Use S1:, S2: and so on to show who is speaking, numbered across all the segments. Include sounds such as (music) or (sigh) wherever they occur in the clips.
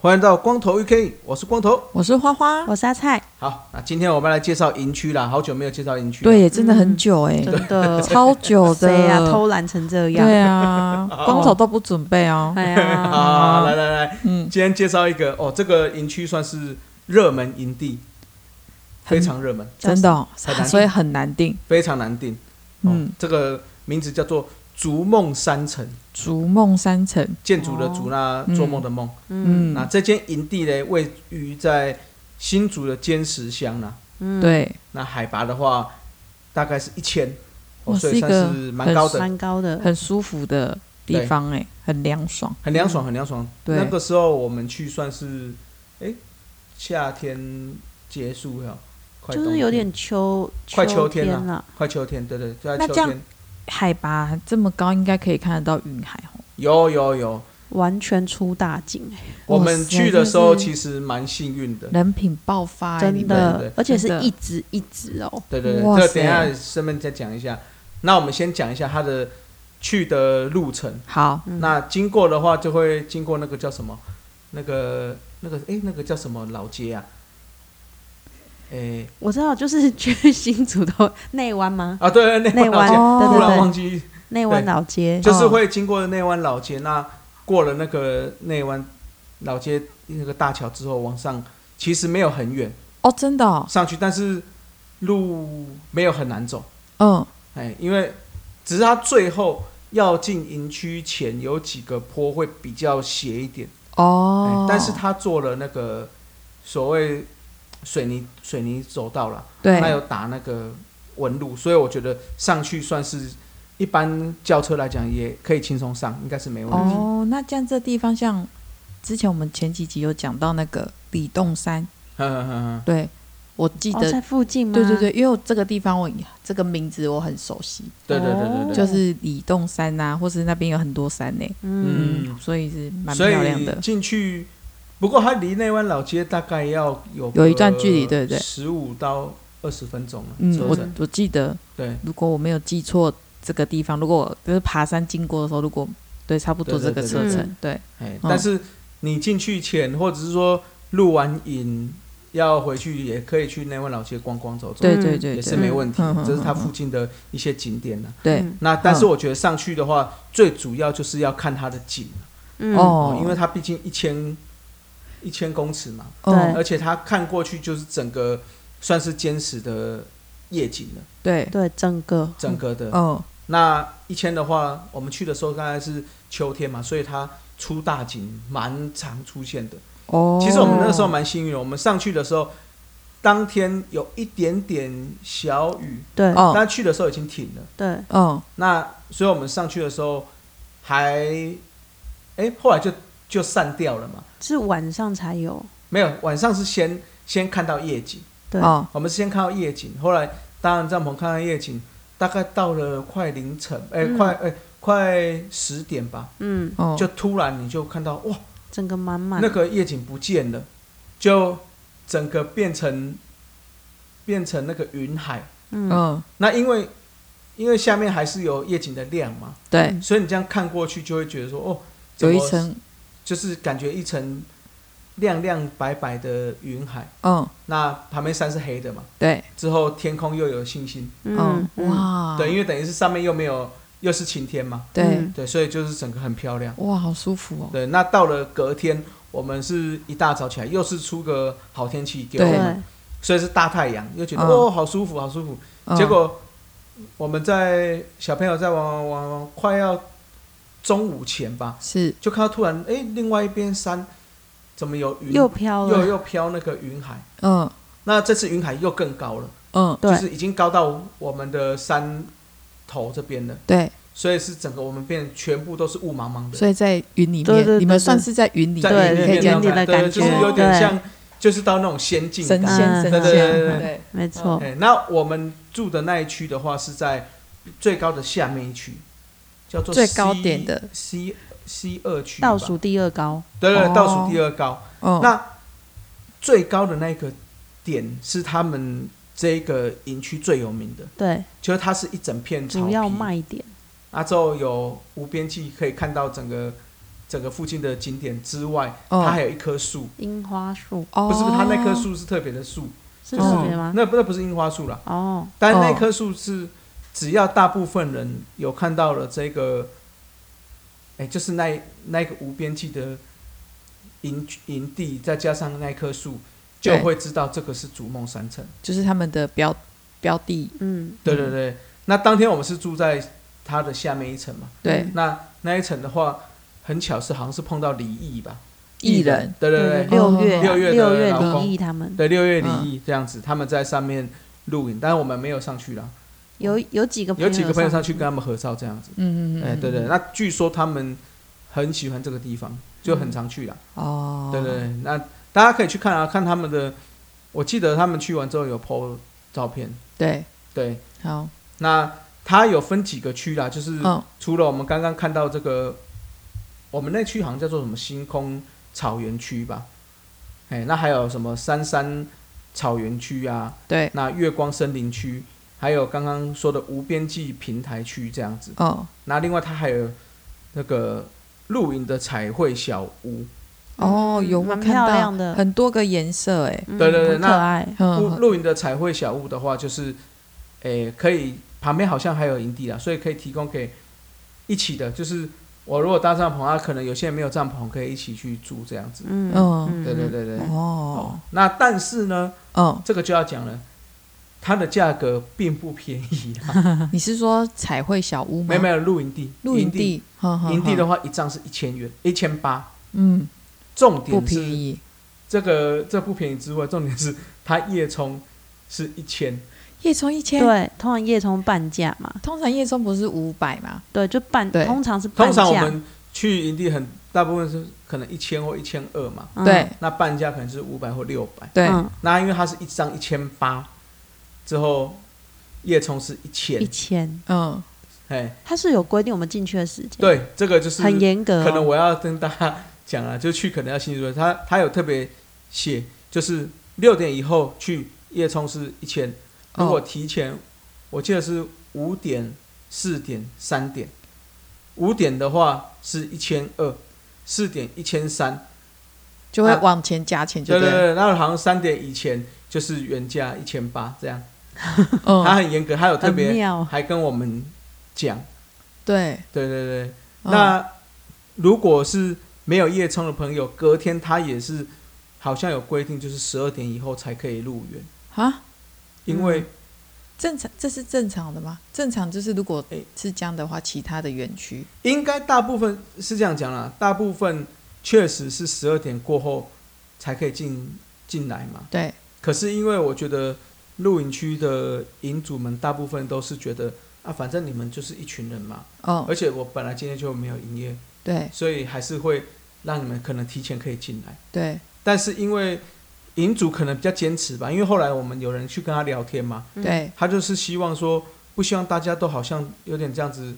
S1: 欢迎到光头 UK，我是光头。
S2: 我是花花，
S3: 我是阿菜，
S1: 好，那今天我们来介绍营区啦，好久没有介绍营区。，
S2: 对，真的很久哎、
S3: 真
S2: (laughs)
S3: 的，
S2: 超久的
S3: 嗯谁呀、偷懒成这样？哦
S2: 对啊，
S3: (laughs)
S2: 光头都不准备哦。
S3: 哎
S1: (laughs)
S3: 呀，
S1: 啊，来来来，
S2: 嗯，
S1: 今天介绍一个哦，这个营区算是热门营地，非常热门，
S2: 真的哦、
S1: 才难定
S2: 所以很难定。
S1: 非常难定。哦、
S2: 嗯，
S1: 这个名字叫做逐梦山城，
S2: 逐梦三层，
S1: 建筑的逐，那做梦的梦。
S3: 嗯
S2: 哦嗯
S1: 那，这间营地呢，位于在新竹的坚石乡啦。
S3: 嗯，
S2: 对，
S1: 那海拔的话，大概是一千、哦，
S2: 哇
S1: 所
S2: 是
S1: 以
S2: 一
S1: 算
S2: 个
S1: 是蛮高的，
S3: 蛮高的，
S2: 很舒服的地方哎、很凉爽。
S1: 很凉
S3: 嗯
S1: 爽，很凉爽。
S2: 对
S1: 那个时候我们去算是，哎、夏天结束了，快
S3: 就
S1: 冬
S3: 是有
S1: 天
S3: 点秋，
S1: 快秋
S3: 天啊
S1: 天了
S3: 了，
S1: 快秋天，对对，就在
S2: 那
S1: 秋
S2: 这样
S1: 天。
S2: 海拔这么高，应该可以看得到云海哦。
S1: 有有有，
S3: 完全出大景，哎
S1: 我们去的时候
S2: 真
S1: 其实蛮幸运的。
S2: 人品爆发哎、你
S3: 真
S2: 们
S1: 对对
S3: 的，而且是
S2: 真的
S3: 一直一直哦，
S1: 对对对，
S2: 哇
S1: 这个等一
S2: 塞
S1: 下顺便再讲一下。那我们先讲一下它的去的路程。
S2: 好，
S3: 嗯
S1: 那经过的话，就会经过那个叫什么？那个那个哎、诶那个叫什么老街啊？哎、
S3: 我知道，就是去新竹的内湾吗？
S1: 啊，对对，
S3: 内
S1: 湾
S3: 湾，
S1: 老街，
S2: 哦
S1: 突
S3: 对
S1: 然
S3: 对
S1: 忘
S3: 对，
S1: 记，
S3: 内湾老街，哦
S1: 就是会经过内湾老街。那过了那个内湾老街那个大桥之后，往上其实没有很远
S2: 哦，真的、哦，
S1: 上去，但是路没有很难走。
S2: 嗯，
S1: 哎，因为只是它最后要进营区前有几个坡会比较斜一点，
S2: 哦
S1: 哎，但是它做了那个所谓水泥水泥走道啦，
S2: 对
S1: 它有打那个纹路，所以我觉得上去算是一般轿车来讲也可以轻松上，应该是没问题。
S2: 哦，那这样这地方像之前我们前几集有讲到那个李洞山，
S1: 呵呵呵
S2: 对我记
S3: 哦，
S2: 得，
S3: 在附近吗？
S2: 对对对，因为我这个地方我这个名字我很熟悉，
S1: 对对对对
S3: 哦
S1: 对，
S2: 就是李洞山呐、或是那边有很多山呢、
S3: 嗯，
S1: 嗯
S2: 所以是蛮
S1: 所
S2: 漂亮
S1: 以
S2: 的，
S1: 进去。不过它离内湾老街大概要有
S2: 有一段距离对不对
S1: 十五到二十分钟了。啊
S2: 嗯
S1: 车，
S2: 我
S1: 程
S2: 我记得，
S1: 对，
S2: 如果我没有记错这个地方，如果我就是爬山经过的时候，如果对差不多
S1: 对
S2: 这
S1: 对
S2: 个
S1: 对
S2: 车
S3: 对
S2: 程，对，
S1: 哎，
S2: 嗯
S1: 但是你进去前，或者是说录完影要回去，也可以去内湾老街逛逛走走，
S2: 对
S3: 嗯
S2: 对对
S1: 也是
S2: 对
S1: 没问题
S2: 嗯嗯嗯。嗯
S1: 这是它附近的一些景点呢。
S2: 对，
S1: 那但是我觉得上去的话，最主要就是要看它的景啊
S3: 嗯，哦，
S2: 哦，
S1: 因为它毕竟一千一千公尺嘛，
S2: 哦
S1: 而且它看过去就是整个算是坚实的夜景了，
S2: 对，
S3: 对，整个
S1: 整个的。
S2: 哦
S1: 那一千的话，我们去的时候大概是秋天嘛，所以它出大景蛮常出现的。
S2: 哦，
S1: 其实我们那时候蛮幸运的，我们上去的时候，当天有一点点小雨，
S3: 对
S2: 哦
S1: 但去的时候已经停了。
S3: 对，
S2: 哦
S1: 那所以我们上去的时候还，哎、后来就就散掉了嘛。
S3: 是晚上才有，
S1: 没有，晚上是先先看到夜景，
S3: 对
S2: 哦
S1: 我们是先看到夜景，后来搭完帐篷看到夜景，大概到了快凌晨，哎、
S3: 嗯
S1: 快哎、快十点吧，
S3: 嗯，
S2: 哦，
S1: 就突然你就看到哇，
S3: 整个满满
S1: 那，个夜景不见了，就整个变成变成那个云海。
S3: 嗯，
S2: 嗯，
S1: 那因为因为下面还是有夜景的亮嘛，
S2: 对，
S1: 所以你这样看过去就会觉得说，哦，怎
S2: 嗯有
S1: 么
S2: 一，层，
S1: 就是感觉一层亮亮白白的云海。
S2: 嗯，
S1: 那旁边山是黑的嘛，
S2: 对，
S1: 之后天空又有星星，
S2: 嗯
S3: 嗯，，哇，
S2: 哇，
S1: 对，因为等于是上面又没有又是晴天嘛，
S2: 对
S3: 嗯，
S1: 对，所以就是整个很漂亮。
S2: 哇，好舒服哦，
S1: 对，那到了隔天，我们是一大早起来，又是出个好天气给我
S2: 对
S1: 们，
S3: 对，
S1: 所以是大太阳，又觉得、
S2: 嗯
S1: 哦，好舒服，好舒服。
S2: 嗯
S1: 结果我们在小朋友在玩玩玩玩，快要中午前吧，
S2: 是
S1: 就看到突然哎、诶另外一边山怎么有云，
S3: 又飘
S1: 又
S3: 了，
S1: 又飘那个云海。
S2: 嗯
S1: 那这次云海又更高了，
S2: 嗯，
S1: 就
S3: 对
S1: 是已经高到我们的山头这边了，
S2: 对，
S1: 所以是整个我们变全部都是雾茫茫的，
S2: 所以在云里
S3: 对对
S2: 面，
S3: 对
S2: 你们算是在云里
S1: 在
S2: 面，
S1: 云
S2: 你
S1: 里
S2: 可以
S1: 面
S2: 这样
S1: 那种
S2: 讲，
S3: 云里面的
S1: 对，
S3: 感
S1: 就是
S3: 觉
S1: 有点
S3: 对
S1: 像，就是到那种仙境
S2: 神
S1: 感。
S2: 仙
S3: 嗯
S2: 神
S1: 对对对对
S2: 仙，对，
S3: 没错，
S1: 哎，那我们住的那一区的话是在最高的下面一区，叫做
S2: 最高点的
S1: C C 二区吧
S3: 倒数，第二高，
S1: 对对，
S2: 哦
S1: 对倒数第二高。
S2: 嗯，
S1: 那最高的那个点是他们这个营区最有名的，
S3: 对，
S1: 就是它是一整片草
S3: 主
S1: 皮，
S3: 要卖点，
S1: 啊，之后有无边际可以看到整个整个附近的景点之外，
S2: 哦
S1: 它还有一棵树，
S3: 樱花树
S2: 哦
S1: 不是不是，它那棵树是特别的树，
S3: 是
S2: 就是
S3: 特别吗？
S1: 那不哦那不是樱花树啦，
S3: 哦，
S1: 但
S2: 哦
S1: 那棵树是只要大部分人有看到了这个，哎、就是那那个无边际的营营地，再加上那棵树，就
S2: 对
S1: 会知道这个是逐梦山城。
S2: 哦就是他们的标标的，
S3: 嗯，
S1: 对对对，那当天我们是住在它的下面一层嘛，
S2: 对，
S1: 那那一层的话，很巧是好像是碰到李毅吧，
S2: 艺人，
S1: 对对对，哦
S3: 六月
S1: 六月的
S3: 六月
S1: 老公
S3: 李毅他们
S1: 对六月李毅这样子，他们在上面录影，但是我们没有上去啦，
S3: 有有几个
S1: 有几个朋友上
S3: 上
S1: 去跟他们合照这样子，
S2: 嗯嗯嗯，
S1: 哎对对，那据说他们很喜欢这个地方，就很常去啦，
S2: 哦，
S1: 对对对，那大家可以去看啊，看他们的，我记得他们去完之后有 po 照片，
S2: 对，
S1: 对，
S2: 好，
S1: 那它有分几个区啦，就是
S2: 嗯，
S1: 除了我们刚刚看到这个，我们那区好像叫做什么星空草原区吧？哎，那还有什么杉杉草原区啊？
S2: 对，
S1: 那月光森林区，还有刚刚说的无边际平台区这样子。
S2: 哦
S1: 那另外它还有那个露营的彩绘小屋，
S2: 哦，
S3: 嗯
S2: 有我
S3: 蛮
S2: 看
S3: 漂亮
S2: 到
S3: 的
S2: 很多个颜色，哎，
S3: 嗯
S1: 对对对
S3: 很
S1: 那
S3: 可爱，
S1: 露
S2: 嗯，
S1: 露营的彩绘小屋的话，就是，诶、可以旁边好像还有营地啦，所以可以提供给一起的，就是我如果搭帐篷啊，可能有些人没有帐篷，可以一起去住这样子。
S3: 嗯
S2: 嗯
S1: 对对对对。哦
S2: 哦，
S1: 那但是呢，
S2: 嗯，
S1: 这个就要讲了，它的价格并不便宜
S2: (laughs) 啊
S1: 啦。
S2: 嗯你是说彩绘小屋吗？
S1: 没有没有露营地，
S2: 露营
S1: 地，
S2: 地，营
S3: 嗯
S1: 营地的，话一张是一千元，一千八。
S2: 嗯，
S1: 重
S2: 不
S1: 点
S2: 便
S1: 是
S2: 宜。
S1: 这个这不便宜之外，重点是它夜冲是一千，
S2: 夜冲一千，
S3: 对，通常夜冲半价嘛，
S2: 通常夜冲不是五百吗？
S3: 对，就半，
S2: 对
S3: 通常是半
S1: 通
S3: 价。
S1: 常我们去营地很大部分是可能一千或一千二嘛，
S3: 嗯
S2: 对
S1: 那半价可能是五百或六百。
S2: 对，
S3: 嗯，
S1: 那因为它是一张一千八，之后夜冲是一
S3: 一
S1: 千，
S3: 千，
S2: 嗯，
S1: 哎，
S3: 它是有规定我们进去的时间，，
S1: 对，这个就是
S3: 很严格哦，
S1: 可能我要跟大家讲啊，就去可能要心理准备。他他有特别写，就是六点以后去夜冲是一千，如果
S2: 哦
S1: 提前，我记得是五点、四点、三点，五点的话是一千二，四点一千三，
S2: 就会
S1: 啊
S2: 往前加钱，就
S1: 对对
S2: 对
S1: 对，
S2: 了，
S1: 那好像三点以前就是原价一千八这样，他
S2: 嗯，
S1: 很严格，他有特
S3: 很
S1: 别
S3: 妙，
S1: 还跟我们讲，
S2: 对，
S1: 对对对，
S2: 嗯
S3: 哦
S1: 那如果是没有夜冲的朋友，隔天他也是好像有规定，就是十二点以后才可以入园，
S2: 啊，
S1: 因为、
S2: 正常，这是正常的吗？正常就是如果
S1: 诶
S2: 是这样的话，其他的园区
S1: 应该大部分是这样讲啦，大部分确实是十二点过后才可以进进来嘛。
S2: 对，
S1: 可是因为我觉得露营区的营主们大部分都是觉得啊，反正你们就是一群人嘛，
S2: 嗯，
S1: 而且我本来今天就没有营业，
S2: 对
S1: 所以还是会让你们可能提前可以进来。
S2: 对，
S1: 但是因为营主可能比较坚持吧，因为后来我们有人去跟他聊天嘛，
S3: 嗯
S2: 对，
S1: 他就是希望说不希望大家都好像有点这样子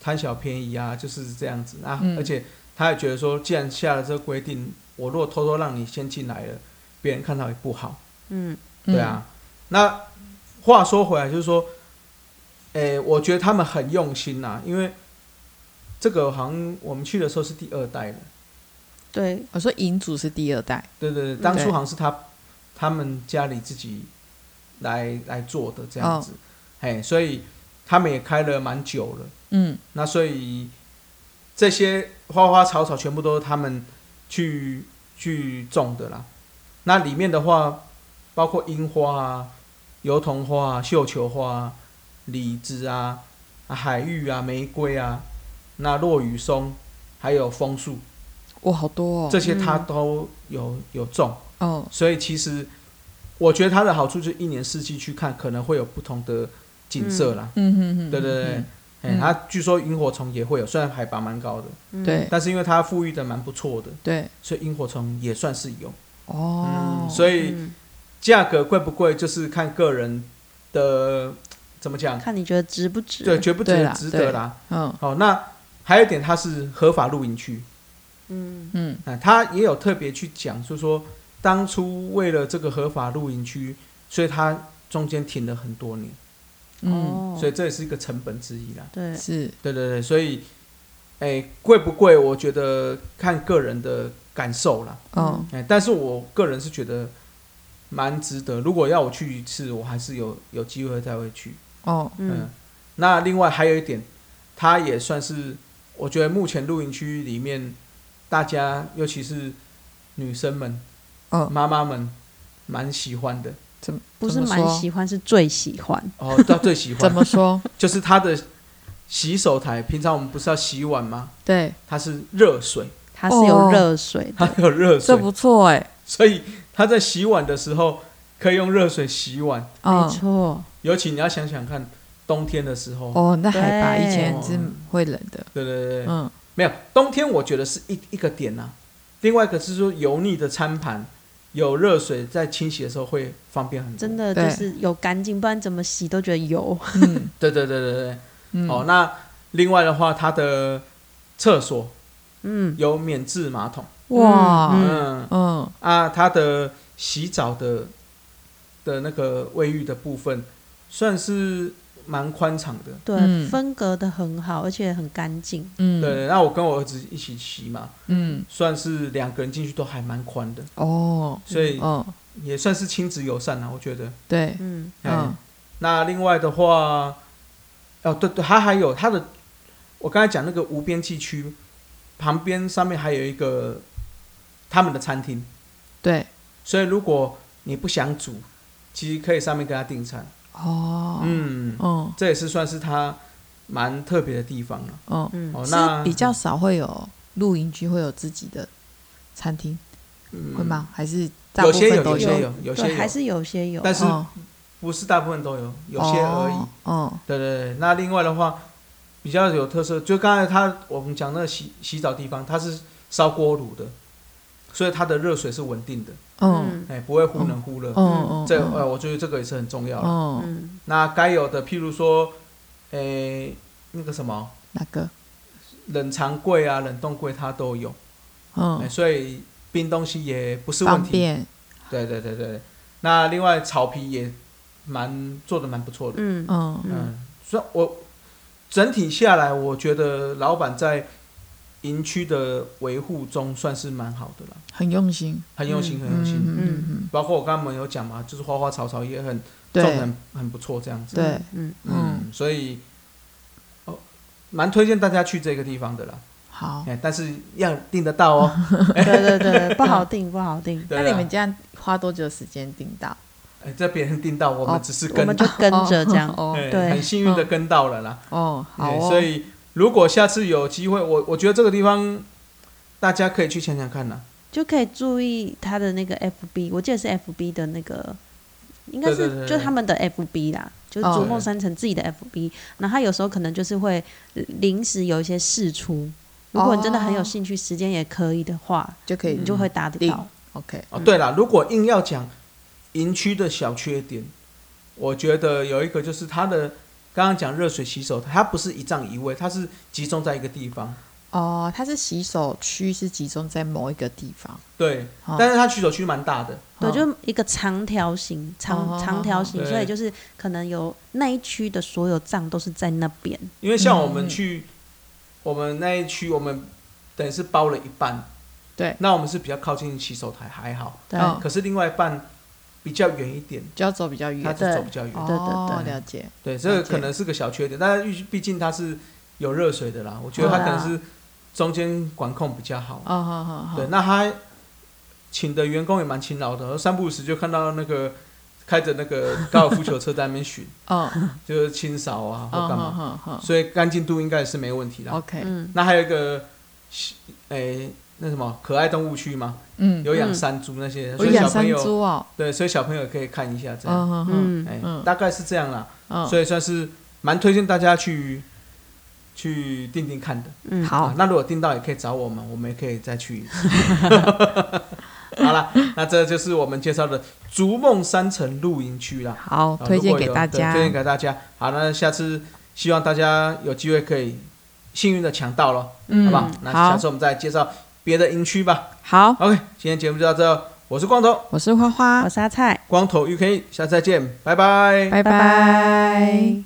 S1: 贪小便宜啊，就是这样子啊，
S2: 嗯
S1: 而且他也觉得说，既然下了这个规定，我如果偷偷让你先进来了，别人看到也不好，
S3: 嗯，
S2: 嗯
S1: 对，啊。那话说回来，就是说，诶、我觉得他们很用心呐、啊因为这个好像我们去的时候是第二代的，
S3: 对，
S2: 我说哦银主是第二代，
S1: 对对对，当初
S2: 嗯对
S1: 好像是他他们家里自己来来做的这样
S2: 哦
S1: 子，哎、所以他们也开了蛮久了。
S2: 嗯，
S1: 那所以这些花花草草全部都是他们去去种的啦。那里面的话，包括樱花啊、油桐花啊、绣球花啊、李子啊、啊海芋啊、玫瑰啊、那落羽松，还有枫树，
S2: 哇，好多哦，
S1: 这些他
S3: 嗯
S1: 都有有种。
S2: 哦，
S1: 所以其实我觉得它的好处就是一年四季去看，可能会有不同的景色啦。
S2: 嗯哼哼，
S1: 对对对，
S2: 嗯
S1: 哎、它据说萤火虫也会有，虽然海拔蛮高的，
S3: 嗯，
S2: 对
S1: 但是因为它富裕的蛮不错的，
S2: 对，
S1: 所以萤火虫也算是有。
S2: 哦，
S1: 嗯，所以
S3: 嗯
S1: 价格贵不贵，就是看个人的怎么讲？
S3: 看你觉得值不值？啊
S1: 对，，绝不值
S2: 对
S1: 得
S2: 啦
S1: 值
S2: 对
S1: 得啦。
S2: 嗯
S1: 好、那还有一点，它是合法露营区，
S3: 嗯
S2: 嗯
S1: 啊，他也有特别去讲，就是说当初为了这个合法露营区，所以他中间停了很多年，
S2: 嗯，
S3: 哦
S1: 所以这也是一个成本之一啦。
S3: 对，
S2: 是
S1: 对对对，所以，哎、贵不贵？我觉得看个人的感受啦。
S2: 嗯
S1: 哎、但是我个人是觉得蛮值得。如果要我去一次，我还是有有机会再会去。
S2: 哦
S1: 嗯
S3: 嗯，
S1: 那另外还有一点，它也算是我觉得目前露营区里面，大家尤其是女生们、
S2: 嗯，
S1: 妈妈们，蛮喜欢的。
S2: 怎么
S3: 不是
S2: 怎么
S3: 蛮
S2: 说
S3: 喜欢，是最喜欢。
S2: (laughs)
S1: 哦，到最喜
S2: 怎
S1: 欢 (laughs)
S2: 么说？
S1: 就是它的洗手台，平常我们不是要洗碗吗？
S2: 对，
S1: 它是热水，
S3: 它是有
S2: 哦
S3: 热水
S1: 它
S3: 的，
S1: 有热
S2: 这
S1: 水，
S2: 不错哎、
S1: 所以它在洗碗的时候可以用热水洗碗。
S3: 没
S2: 嗯，
S3: 错，
S1: 尤其你要想想看，冬天的时候，
S2: 哦，那海拔
S3: 对
S2: 以前是会冷的，
S1: 对对对，对
S2: 嗯
S1: 没有冬天，我觉得是一一个点呐、另外一个是说油腻的餐盘，有热水在清洗的时候会方便很多。
S3: 真，的就
S2: 对
S3: 是有干净，不然怎么洗都觉得油。
S2: 嗯
S1: 对对对对对。
S2: 嗯，
S1: 哦，那另外的话，它的厕所
S3: 嗯，
S1: 有免治马桶，
S2: 哇，嗯
S1: 嗯啊，它的洗澡的的那个卫浴的部分算是蛮宽敞的。
S3: 对，
S2: 嗯
S3: 分隔的很好，而且很干净。
S2: 嗯
S1: 对，那我跟我儿子一起洗嘛，
S2: 嗯
S1: 算是两个人进去都还蛮宽的，
S2: 哦
S1: 所以
S2: 嗯
S1: 也算是亲子友善啦、啊我觉得。
S2: 对
S3: 嗯，
S1: 嗯
S2: 嗯，
S1: 那另外的话，哦，对对，它还有它的，我刚才讲那个无边际区旁边上面还有一个他们的餐厅，
S2: 对
S1: 所以如果你不想煮，其实可以上面跟他订餐。
S2: 哦
S1: 嗯，
S2: 嗯
S1: 这也是算是它蛮特别的地方了。
S2: 嗯，
S3: 嗯
S1: 哦，那
S2: 是比较少会有露营区会有自己的餐厅会吗？还是大
S1: 有
S2: 部
S1: 些嗯
S2: 分
S1: 有，
S2: 都
S1: 有些
S3: 有
S1: 有，有些
S3: 对，还
S1: 有，
S3: 是有些有，
S1: 但是
S2: 嗯
S1: 不是大部分都有，有些而已。
S2: 哦嗯
S1: 对对对，那另外的话比较有特色，就刚才他我们讲那个洗洗澡地方，它是烧锅炉的，所以它的热水是稳定的，
S2: 嗯
S1: 哎、不会忽冷忽热。
S2: 嗯嗯，
S1: 这
S2: 嗯
S1: 呃，我觉得这个也是很重要的。
S2: 嗯
S3: 嗯，
S1: 那该有的，譬如说，诶、那个什么
S2: 哪个
S1: 冷藏柜啊、冷冻柜它都有，哎、
S2: 嗯
S1: 所以冰东西也不是问
S2: 方
S1: 题。
S2: 便
S1: 对对对对，那另外草皮也蛮做的蛮不错的。
S3: 嗯嗯
S2: 嗯
S1: 嗯，所以我整体下来，我觉得老板在营区的维护中算是蛮好的啦，
S2: 很用心
S1: 很用心，
S3: 嗯
S1: 很
S2: 嗯
S1: 用心。
S2: 嗯嗯嗯
S1: 包括我刚刚我们有讲嘛，就是花花草草也很种得
S2: 对
S1: 很很不错这样子。
S2: 对
S3: 嗯，
S1: 嗯，所以哦，蛮推荐大家去这个地方的啦。
S2: 好。
S1: 哎，但是要订得到哦。
S3: 嗯对对对，不好定，不好定。
S1: 对
S2: 那
S1: 啦
S2: 你们这样花多久时间订到？
S1: 哎，这别人订到，我们
S2: 哦
S1: 只 (laughs) 是
S3: 我
S1: 跟
S3: 们就跟着这样。
S2: 哦
S1: (laughs) 哎
S3: 对
S1: 很幸运的跟到了啦。
S2: 哦，好
S1: 对，
S2: 哦，
S1: 所以如果下次有机会，我我觉得这个地方大家可以去想想看呐。
S3: 就可以注意他的那个 FB，我记得是 FB 的那个，应该
S1: 对对对
S3: 是就
S1: 对
S3: 他们的 FB 啦，就是
S2: 哦
S3: 逐梦三城自己的 FB。那他有时候可能就是会呃临时有一些试出，如果你真的很有兴趣，时间也可以的话，
S2: 就可以
S3: 你就会打得
S2: 定
S3: 到。
S2: OK
S1: 哦，对了，如果硬要讲营区的小缺点，我觉得有一个就是它的刚刚讲热水洗手台，它不是一站一位，它是集中在一个地方。
S2: 哦。它是洗手区是集中在某一个地方，
S1: 对，
S2: 哦
S1: 但是它取手区蛮大的，
S3: 对，
S2: 哦
S3: 就一个长条形，长
S2: 哦
S3: 长条形，
S1: 对
S3: 所以就是可能有那一区的所有账都是在那边。
S1: 因为像我
S2: 嗯
S1: 们去、我们那一区，我们等于是包了一半。
S2: 对
S1: 那我们是比较靠近洗手台，还好。
S3: 对，
S2: 哦
S1: 可是另外一半比较远一点，
S2: 就要走比较远
S1: 它。是走比较远。
S2: 哦，
S3: 对对
S1: 对
S2: 了解。
S1: 对，这个
S2: 了解
S1: 可能是个小缺点，但是毕竟它是有热水的啦，我觉得它
S3: 对
S1: 可
S3: 啊
S1: 能是中间管控比较好。
S2: 哦，好好好。
S1: 对，那他请的员工也蛮勤劳的，三不五时就看到那个开着那个高尔夫球车在那边
S2: (laughs)
S1: 巡，
S2: 嗯，
S1: 就是清扫啊或
S2: 哦，
S1: 干
S2: 好
S1: 嘛，
S2: 好好
S1: 所以干净度应该也是没问题啦。
S2: ，OK，
S3: 嗯，
S1: 那还有一个，诶、那什么可爱动物区嘛，
S2: 嗯，
S1: 有养山猪那些，
S2: 我
S1: 所以
S2: 养
S1: 小朋
S2: 山
S1: 友
S2: 猪哦，
S1: 对，所以小朋友也可以看一下这样，
S2: 嗯嗯
S3: 嗯，
S1: 哎、
S2: 嗯
S1: 大概是这样啦。
S2: 嗯，
S1: 所以算是蛮推荐大家去去定定看的。
S3: 嗯，
S2: 好 (laughs)
S1: 啊，那如果定到也可以找我们，我们也可以再去一次。 (laughs) 好了，那这就是我们介绍的逐梦山城露营区啦。
S2: 好，
S1: 啊
S2: 推
S1: 如
S2: 荐
S1: 果
S2: 给
S1: 有
S2: 大
S1: 对
S2: 家
S1: 推。荐给大家。好，那下次希望大家有机会可以幸运的抢到了，好
S2: 嗯
S1: 不好？那下次我们再介绍别的营区吧。
S2: 好，
S1: OK，今天节目就到这，我是光头，
S2: 我是花花
S3: 我，是阿菜，
S1: 光头 UK，下次再见，拜拜。
S2: 拜
S3: 拜拜。